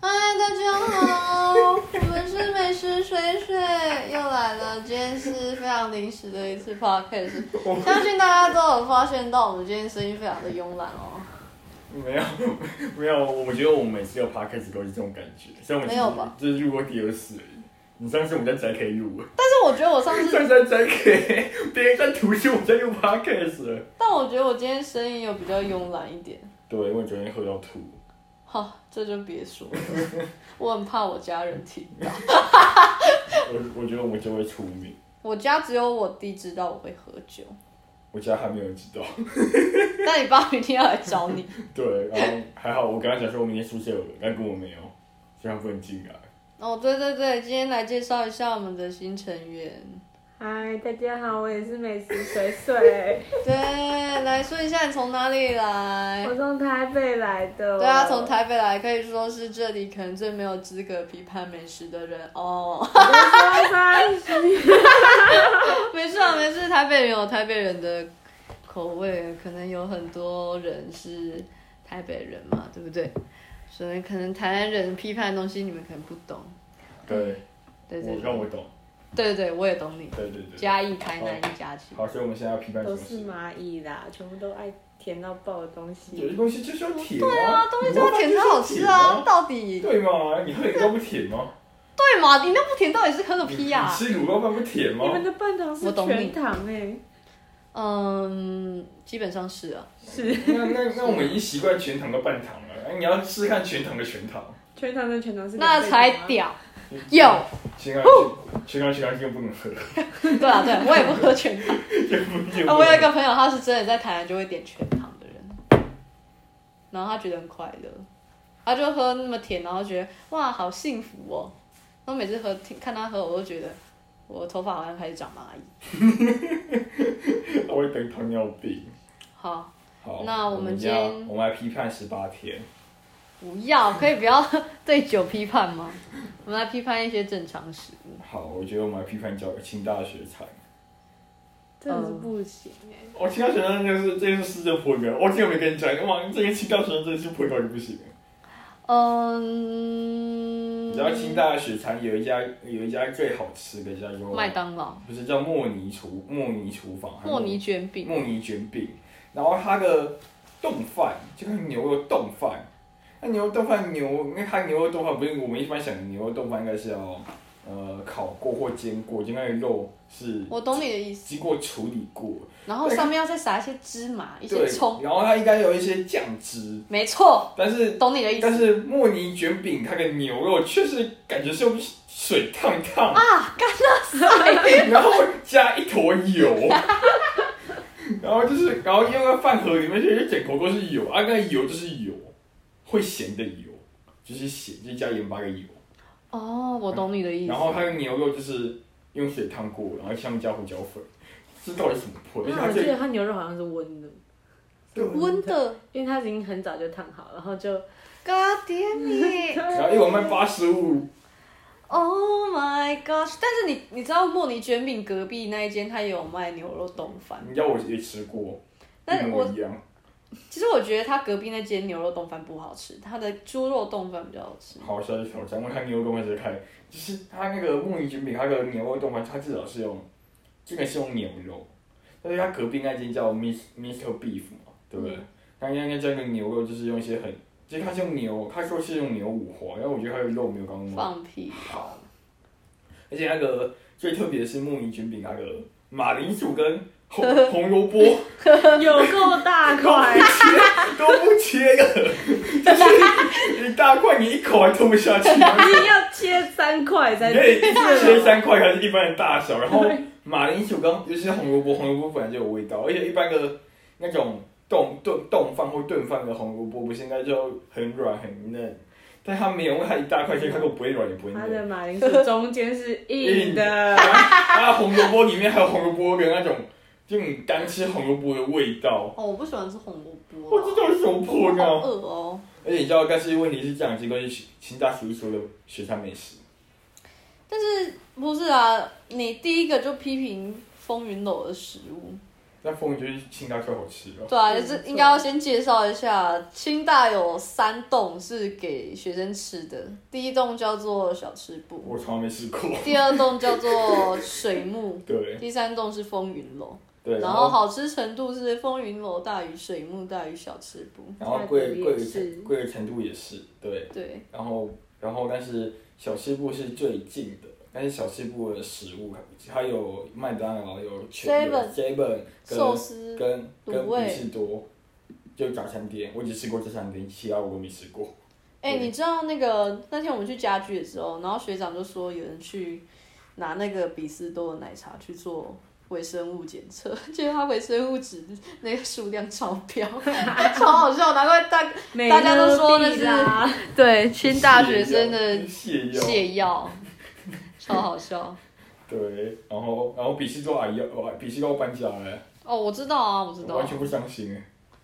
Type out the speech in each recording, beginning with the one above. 大家好，我们是美食水水，又来了。今天是非常临时的一次 podcast，相信大家都有发现到，我们今天声音非常的慵懒哦。没有， 没有，我觉得我们每次有 podcast 都是这种感觉，像我们没有吧就是录过第二次而已。你上次我们在宅 K 录，但是我觉得我上上次，次在宅 K，别人在图书，我在录 podcast 了。但我觉得我今天声音有比较慵懒一点。对，因为昨天喝到吐。好，这就别说了，我很怕我家人听。 我我觉得我们就会出名，我家只有我弟知道我会喝酒，我家还没有人知道。 但你爸明天要来找你。对，然后还好，我跟他讲说我明天宿舍有人，但跟我没有，所以他不能进来。哦，对对对，今天来介绍一下我们的新成员。嗨，大家好，我也是美食 水水，对，来说一下你从哪里来我？从台北来的。对啊，从。台北来，可以说是这里可能最没有资格批判美食的人哦。 我就说三十，没事啊，没事，台北人有台北人的口味，可能有很多人是台北人嘛，对不对？所以可能台南人批判的东西你们可能不懂。对，嗯对对我对让我懂。对对，我也懂你。对对对。嘉义、台南一家亲。好，所以我们现在要批判什么都是事？蚂蚁啦，全部都爱甜到爆的东有些西。东西就是要甜对啊，东西都要甜才好吃哦啊！到底对嘛？你喝饮料不甜 吗？对嘛？你那不甜到底是喝个屁啊呀、你吃卤肉饭不甜吗你？们的半糖我是懂你全糖哎、欸，嗯，基本上是啊。是那那那我们已经习惯全糖的半糖了，哎，你要试试看全糖的全糖。全糖的全糖是。那才。屌！有，全糖全糖全糖啊就不能 喝，对啊，对啊，我也不喝全糖。啊，我有一个朋友，他是真的在台南就会点全糖的人，然后他觉得很快乐，他就喝那么甜，然后觉得哇，好幸福哦。然后每次喝听看他喝，我都觉得我头发好像开始长蚂蚁。我会得糖尿病。好，好，那我们今要天我们来批判十八天。不要，可以不要对酒批判吗？我们来批判一些正常食物。好，我觉得我们来批判教清大学餐。真的是不行哎、我哦清大学生就是这就是世界破格，我之前没跟你讲，哇，这个清大学生真的是破格就不行。嗯你知，道清大学餐有一家有一家最好吃的叫做麦当劳不是叫莫尼厨莫尼厨房，还是莫尼卷饼。莫尼卷饼，然后它的冻饭就是牛肉冻饭，那牛肉冻饭牛，那它牛肉冻饭不是我们一般想的牛肉冻饭应该是要呃烤过或煎过，就那个肉是我懂你的意思。经过处理过，然后上面要再撒一些芝麻、一些对葱，，然后它应该有一些酱汁，没错，但是懂你的意思但是莫尼卷饼它的牛肉确实感觉是用水烫烫，啊！干 那塞，然后加一坨油，然后就是，然后因为饭盒里面就是整坨都是油，啊，那个油就是油，会咸的油，就是咸，就是加盐巴的油。哦，我懂你的意思。然后它的牛肉就是用水烫过，然后上面加胡椒粉，这到底什么破？而且啊那它我记这得它牛肉好像是温的，对温，的，因为它已经很早就烫好，然后就 God damn it！然后一碗卖八十五， Oh my gosh！但是你你知道莫尼卷饼隔壁那一间，它也有卖牛肉冻饭。你知道我也吃过，但一模我一样，其实我觉得它隔壁那间牛肉冻饭不好吃，它的猪肉冻饭比较好吃。好下去挑战，因为它牛肉冻饭是开，就是它那个木鱼卷饼，它的牛肉冻饭，它至少是用，这个是用牛肉，但是它隔壁那间叫 Mis Mr Beef 嘛，对不对？它应该叫那个牛肉就是用一些很，就是它是用牛，它说是用牛五花，然后我觉得它的肉没有刚刚那么放屁！好，而且那个最特别的是木鱼卷饼那个马铃薯跟红红萝卜 有够大都不 块。切，都不切 的，就是一大块你一口还吞不下去。你要切三块才你可以切三块，还是一般的大小。然后马铃薯跟尤其是红萝卜，红萝卜本来就有味道，而且一般的那种冻炖冻饭或炖饭的红萝卜，不是应该就很软很嫩，但它没有，因为它一大块，所以它都不会软也不会它嫩。的马铃薯中间是硬的，它红萝卜里面还有红萝卜的那种，就你单吃红萝卜的味道。哦，我不喜欢吃红萝卜我啊，这到底什么破好呢？饿哦。而且你知道，但是问题是这样，这个是清大数一数的学餐美食。但是不是啊？你第一个就批评风云楼的食物，那凤梨就是清大最好吃哦了。对啊，就是应该要先介绍一下，清大有三栋是给学生吃的，第一栋叫做小吃部，我从来没吃过。第二栋叫做水木， 对第三栋是风云楼，对，然然后后好吃程度是风云楼大于水木大于小吃部，然后价格贵也贵的是程贵的程度也是对，对，然后然后但是小吃部是最近的，但是小吃部的食物啊还有麦当劳有全 Seven seven 寿跟司跟跟卤味比士多，就早餐店，我只吃过这三店，其他我都没吃过。哎、对你知道那个那天我们去家具的时候，然后学长就说有人去拿那个比斯多的奶茶去做微生物检测， 结果他微生物值那个数量超标， 超好笑，难怪大美大家都说乐那必是啦 对清大学生的泻药，泻药， 超好笑。对，然后然后比士多阿姨要，哦比士多搬家了，哦，我知道啊，我知道完。全不伤心哎。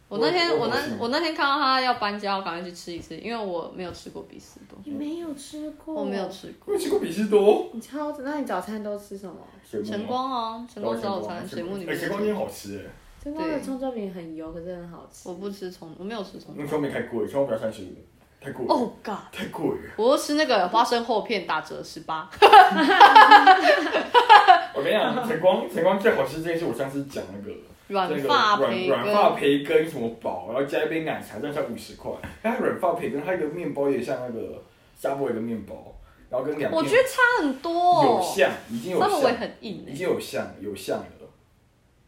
我那天我我我那好幸运我那天看到他要搬家，我赶快去吃一次，因为我没有吃过比斯多，你没有吃过？哦我没有。吃过。我吃过比士多，你超，那你早餐都吃什么？水木晨光啊，晨光早餐，水木你哎没晨吃光过店好吃哎，真光的葱抓饼很油，可是很好吃。我不吃葱，我没有吃葱。那时候没太贵，千万不要三十五，太贵了， Oh god！太贵了。我都吃那个花生厚片，打折十八。我跟你讲，晨光晨光最好吃这件事，我上次讲那个软那个发软培软发根，培根什么堡，然后加一杯奶茶，这样才五十块。它软发培根，它一个面包也像那个沙波一个面包，然后跟两我觉片得差很多、有哦。像，已经有沙像姆维很硬已欸经有像有像了。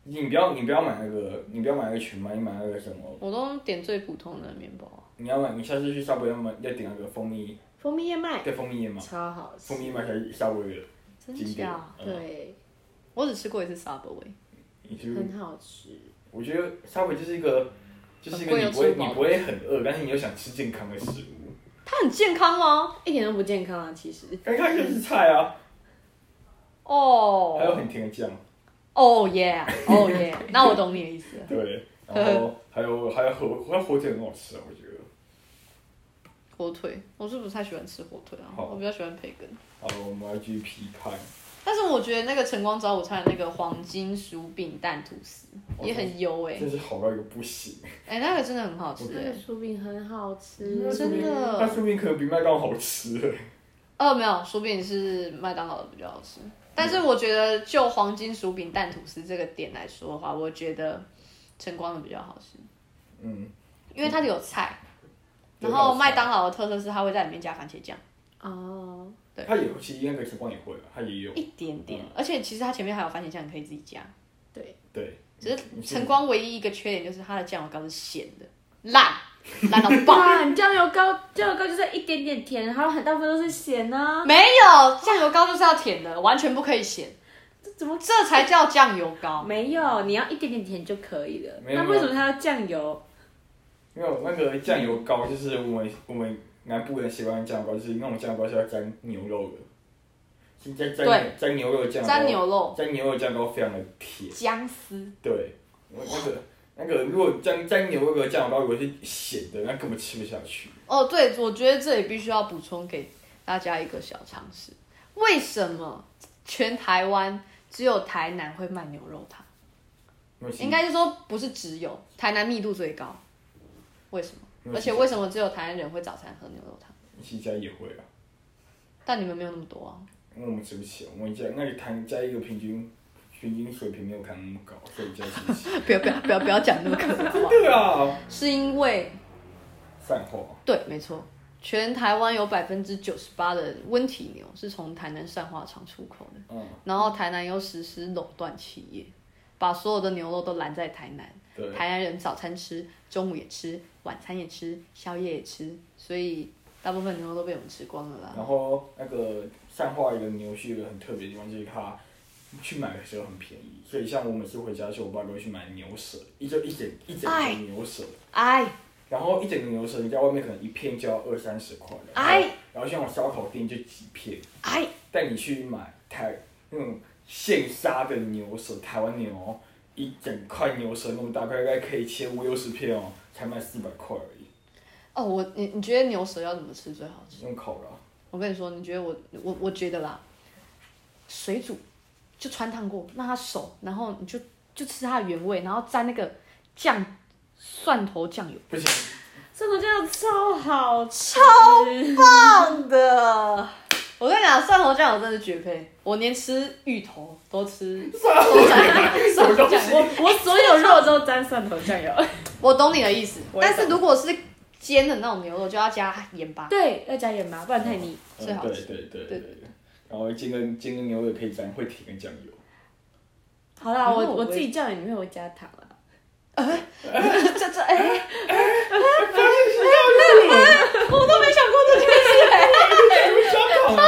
你不要你不要买那个，你不要买那个全麦，你买那个什么？我都点最普通的面包啊。你要买，你下次去沙威要买要点那个蜂蜜，蜂蜜燕麦对蜂蜜燕麦，超好嗯吃蜂。蜜燕麦才是沙威的真经典假？。嗯，对，我只吃过一次 Subway，你就很好吃。我觉得沙威就是一个，就是一个很贵又嗯吃你不会不你饱不会很饿，但是你又想吃健康的食物。它很健康吗？一点都不健康啊，其实。刚开始是菜啊，还有哦，很甜的酱，哦耶，哦 耶，那我懂你的意思了。 对，然后还有还有火还有火腿很好吃啊，我觉得。火腿，我是不太喜欢吃火腿啊，好我比较喜欢培根。好，我们要继续批判。但是我觉得那个晨光早午餐的那个黄金薯饼蛋吐司也很优哎、欸，真是好到一个不行。哎、那个真的很好吃那哎、个薯饼很好吃，嗯真的它说不定可能比麦当劳好吃。哦，没有，薯饼是麦当劳的比较好吃，但是我觉得就黄金薯饼蛋吐司这个点来说的话，我觉得晨光的比较好吃，嗯，因为它有菜，对然后麦当劳的特色是它会在里面加番茄酱哦，对它有，其实那个情况也会，啊它也有。一点点，嗯而且其实它前面还有番茄酱，你可以自己加。对，对，只是你晨光唯一一个缺点就是它的酱油膏是咸的，烂烂到 爆。哇，你酱油膏，酱油膏就是一点点甜，还有很大部分都是咸啊呢、没有酱油膏就是要甜的，完全不可以咸，这怎么？这才叫酱油膏。没有，你要一点点甜就可以了。没有那为什么它要酱油？没有那个酱油膏，就是我们我们南部人喜欢的酱油膏，就是那种酱油膏是要沾牛肉的，是沾沾对沾牛肉的酱油膏，沾牛肉、沾牛肉的酱油膏非常的甜。姜丝，对，我那个那个如果沾沾牛肉的酱油膏，如果是咸的，那根本吃不下去。哦，对，我觉得这里必须要补充给大家一个小常识：为什么全台湾只有台南会卖牛肉汤？因为其实应该是说不是只有台南密度最高，为什因么？为而且为什么只有台南人会早餐喝牛肉汤？其实家也会啊，但你们没有那么多啊。 因为我们吃不起，我们家那里摊加一个平均平均水平没有他们那么高，所以家吃不起。不要不要不要不要讲那么可怕的 话，对啊，是因为散货。对，没错，全台湾有百分之九十八的温体牛是从台南善化厂出口的，嗯，然后台南又实施垄断企业，把所有的牛肉都拦在台南，对，台南人早餐吃，中午也吃，晚餐也吃，宵夜也吃，所以大部分牛肉都被我们吃光了啦。然后那个善化一个牛是一个很特别的地方，就是它去买的时候很便宜，所以像我每次回家的时候，我爸都会去买牛舌，一就一整一整哎个牛舌，哎，然后一整个牛舌你在外面可能一片就要二三十块了，哎然后像我烧烤店就几片，哎，带你去买台那种现杀的牛舌，台湾牛哦一整块牛舌那么大块，大概可以切五六十片哦，才卖四百块而已，哦，我你你觉得牛舌要怎么吃最好吃？用烤的啊、我跟你说，你觉得我我我觉得啦，水煮就穿烫过，让它熟，然后你就就吃它的原味，然后蘸那个酱蒜头酱油，不行，这个酱超好吃，棒的。 我跟你讲，蒜头酱油真的是绝配。我连吃芋头都吃 蒜头酱油什么东西？我我所有肉都沾蒜头酱油。我懂你的意思，我也但懂是如果是煎的那种牛肉，就要加盐巴。 对，要加盐巴，不然太腻。嗯最好对吃对对对对对。然后煎跟煎跟牛肉可以沾会甜跟酱油，好啦，我然后我我自己酱油里面会加糖啦。这这哎，哎 我都没想过这件 事哎。加哦糖。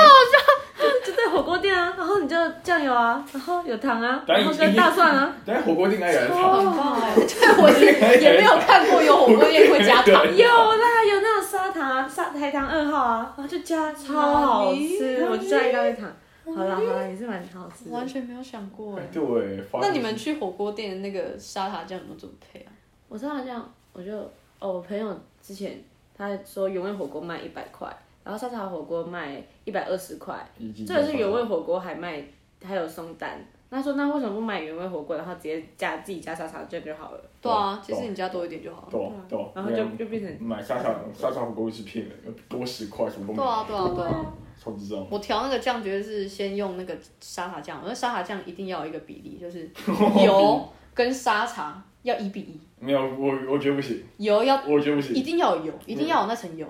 嗯就在火锅店啊，然后你就酱油啊，然后有糖啊，当然然后跟大蒜啊，等下火锅店该有人很糖，棒哎！ 对，我 也也没有看过有火锅店会加糖对有啦，有那种砂糖啊，砂台糖二号啊，然后就加超好吃，我加一大堆糖。好啦好啦，也是蛮好吃完的。全没有想过哎。对。发那你们去火锅店的那个沙茶酱怎么怎么配啊？我知道这样，我就哦，我朋友之前他说原味火锅卖一百块，然后沙茶火锅卖一百二十块，已经这个是原味火锅还卖还有松蛋。他说：“那为什么不买原味火锅，然后直接加自己加沙茶酱就好了？对啊，其懂实你加多一点就好了。对啊对啊，然后就就变成买沙茶沙茶火锅是骗人的，多十块什么东西，对啊，对啊，对啊。超智障。我调那个酱，绝对是先用那个沙茶酱，因为沙茶酱一定要有一个比例，就是 油跟沙茶要一比一，没有，我我觉得不行，油要我觉得不一行，定要有油，一定要有那层油，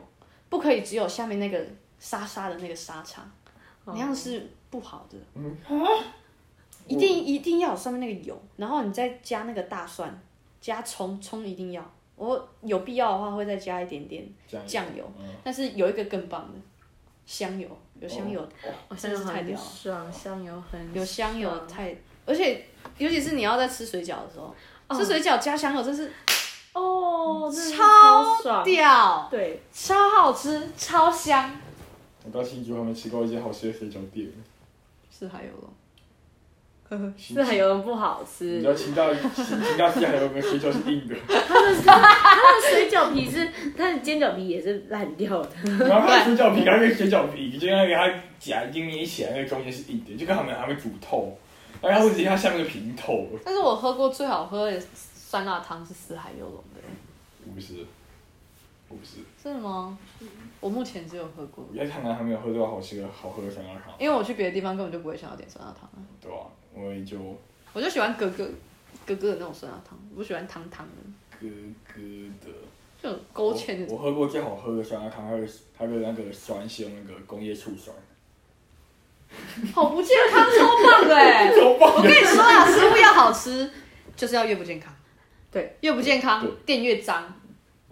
不可以只有下面那个沙沙的那个沙茶，那样是不好的。嗯一定一定要有上面那个油，然后你再加那个大蒜，加葱，葱一定要。我有必要的话会再加一点点这样酱油，嗯但是有一个更棒的，香油，有香油，哦真是太屌了爽，香油很有香油太，而且尤其是你要在吃水饺的时候，哦吃水饺加香油真是哦，真的是爽，屌，对，超好吃，超香。我到新竹还没吃过一些好吃的水饺店，是还有咯，呵呵，新是很有人不好你吃知。道清大清清大西还有没有水饺是硬的， 它的水饺皮是，它的煎饺皮也是烂掉的。然后它水饺皮，它那个水饺皮就那个它夹已经捏起来，那个中间是硬的，就跟他们还没煮透，然后它直接它下面的皮透了，但是我喝过最好喝的酸辣汤是四海游龙的，我不是，我不是，真的吗？我目前只有喝过，我在台南还没有喝到好吃的好喝的酸辣汤，因为我去别的地方根本就不会想要点酸辣汤啊，对吧、我也就我就喜欢格格格格的那种酸辣汤，我不喜欢汤汤的，咯咯的。就有勾芡那哦我种。我喝过最好喝的酸辣汤，它的它的那个酸是用那个工业醋酸，好不健康，超棒的哎！超我棒的跟。你说啊，食物要好吃，就是要越不健康。对，越不健康对，店越脏，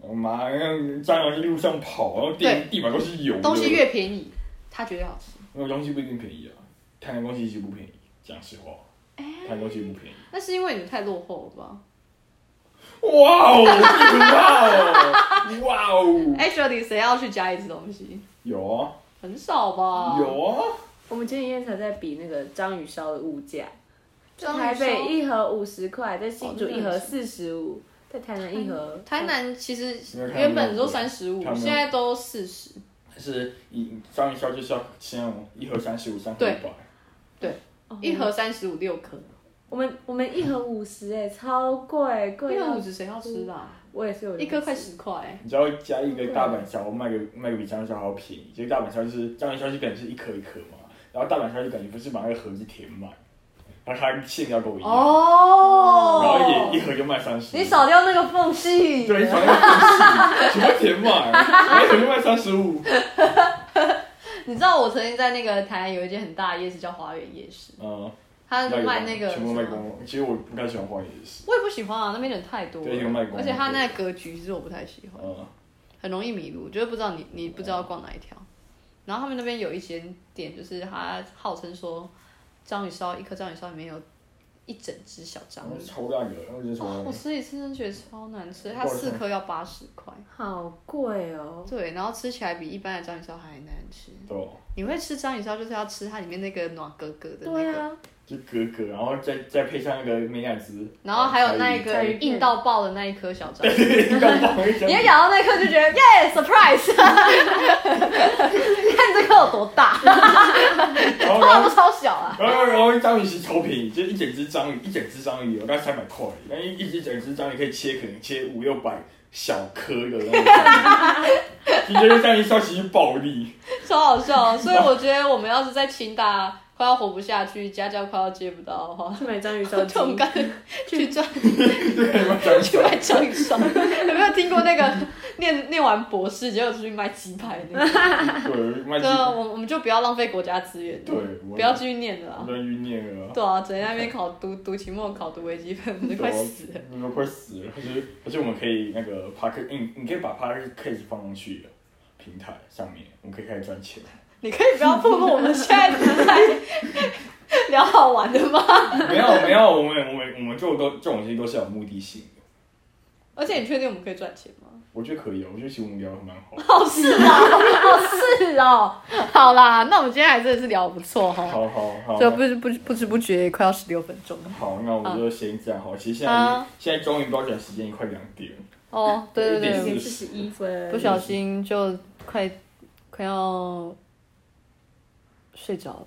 我妈让蟑螂在路上跑，然后地地板都是油的。东西越便宜，它绝对好吃。那个东西不一定便宜啊，台南东西就不便宜，讲实话，哎台南东西不便宜。那是因为你太落后了吧哇哦，哇哦，哇哦， ？Actually，谁要去家里吃东西？有啊很少吧？有啊， 我们前几天才在比那个章鱼烧的物价，就章鱼台北烧一盒五十块，在新竹哦一盒四十五，在台南一盒，台南其实因为他们原本都三十五他，们现在都四十。但是一章鱼烧就是要先用一盒三十五，三盒一百，哦一盒三十五六颗，我们我们一盒五十哎，超贵贵一到盒五十谁要吃啦？我也是有一颗快十，十块欸，你只要加一个大阪烧，卖个卖个比章鱼烧还要便宜。所以大阪烧就是章鱼烧就感觉是一颗一颗嘛，然后大阪烧就感觉不是把那个盒子填满，然后它馅料跟我一样，然哦后一一盒就卖三十，你少掉那个缝隙。对，少一个东西，全部填满， 然后一盒就卖三十五。你知道我曾经在那个台南有一间很大的夜市叫华园夜市，嗯，它卖那卖个光全部卖什么光。其实我不太喜欢花也是，我也不喜欢啊，那边人太多对因为卖了，光而且它那个格局是我不太喜欢，嗯，很容易迷路，就是不知道你你不知道逛哪一条。然后他们那边有一间店，就是它号称说章鱼烧一颗章鱼烧里面有一整只小章然后鱼，哦超烂的，然后就什我么，吃一次真的觉得超难吃，它哇四颗要八十块，好贵哦。对，然后吃起来比一般的章鱼烧还难吃。对吧，你会吃章鱼烧就是要吃它里面那个暖哥哥的对那个，啊，就格格，然后再再配上那个美乃滋，然后还有那一章个鱼片硬到爆的那一颗小章鱼。 你干嘛？你一咬到那一刻就觉得耶，surprise！看这颗有多大，然后然后它们超小啊，然后然后章鱼其实超便宜，就一整只章鱼，一整只章鱼有大概三百块，那一一一整只章鱼可以切，可能切五六百小颗的那种章鱼，你觉 得章鱼消息暴力？超好笑。啊所以我觉得我们要是在清大快要活不下去，家教快要接不到的话，去买章鱼烧就 鸡，我们干脆去赚对，有没有章鱼去卖章鱼烧。有没有听过那个念念完博士结果出去卖鸡排那个？对，卖对鸡啊，我我们就不要浪费国家资源，对，啊我不要继续念了啊我。在晕念了。对啊，整天在那边考读读期末考读微积分，都快死了。你啊们快死了！可是可是我们可以那个 p a r k 你你可以把 p a r k 放上去平台上面，我们可以开始赚钱。你可以不要破破我们现在在 聊好玩的吗？没有没有，我们我们我们做都这种东西都是有目的性的， 而且你确定我们可以赚钱吗？我觉得可以哦，我觉得其实我们聊的蛮好。好是哦，好是哦。 好啦，那我们今天还真的是聊得不错哈、好好好，哦就不不不知不觉快要十六分钟了。好，那我们就先这样好。其实现在、啊现在终于标准时间快两点，哦，对对一对点，四十一分，不小心就快快要睡着 了。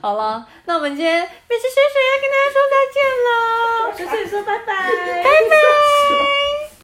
好了，那我们今天美食水水要跟大家说再见了。小水说拜拜，拜拜。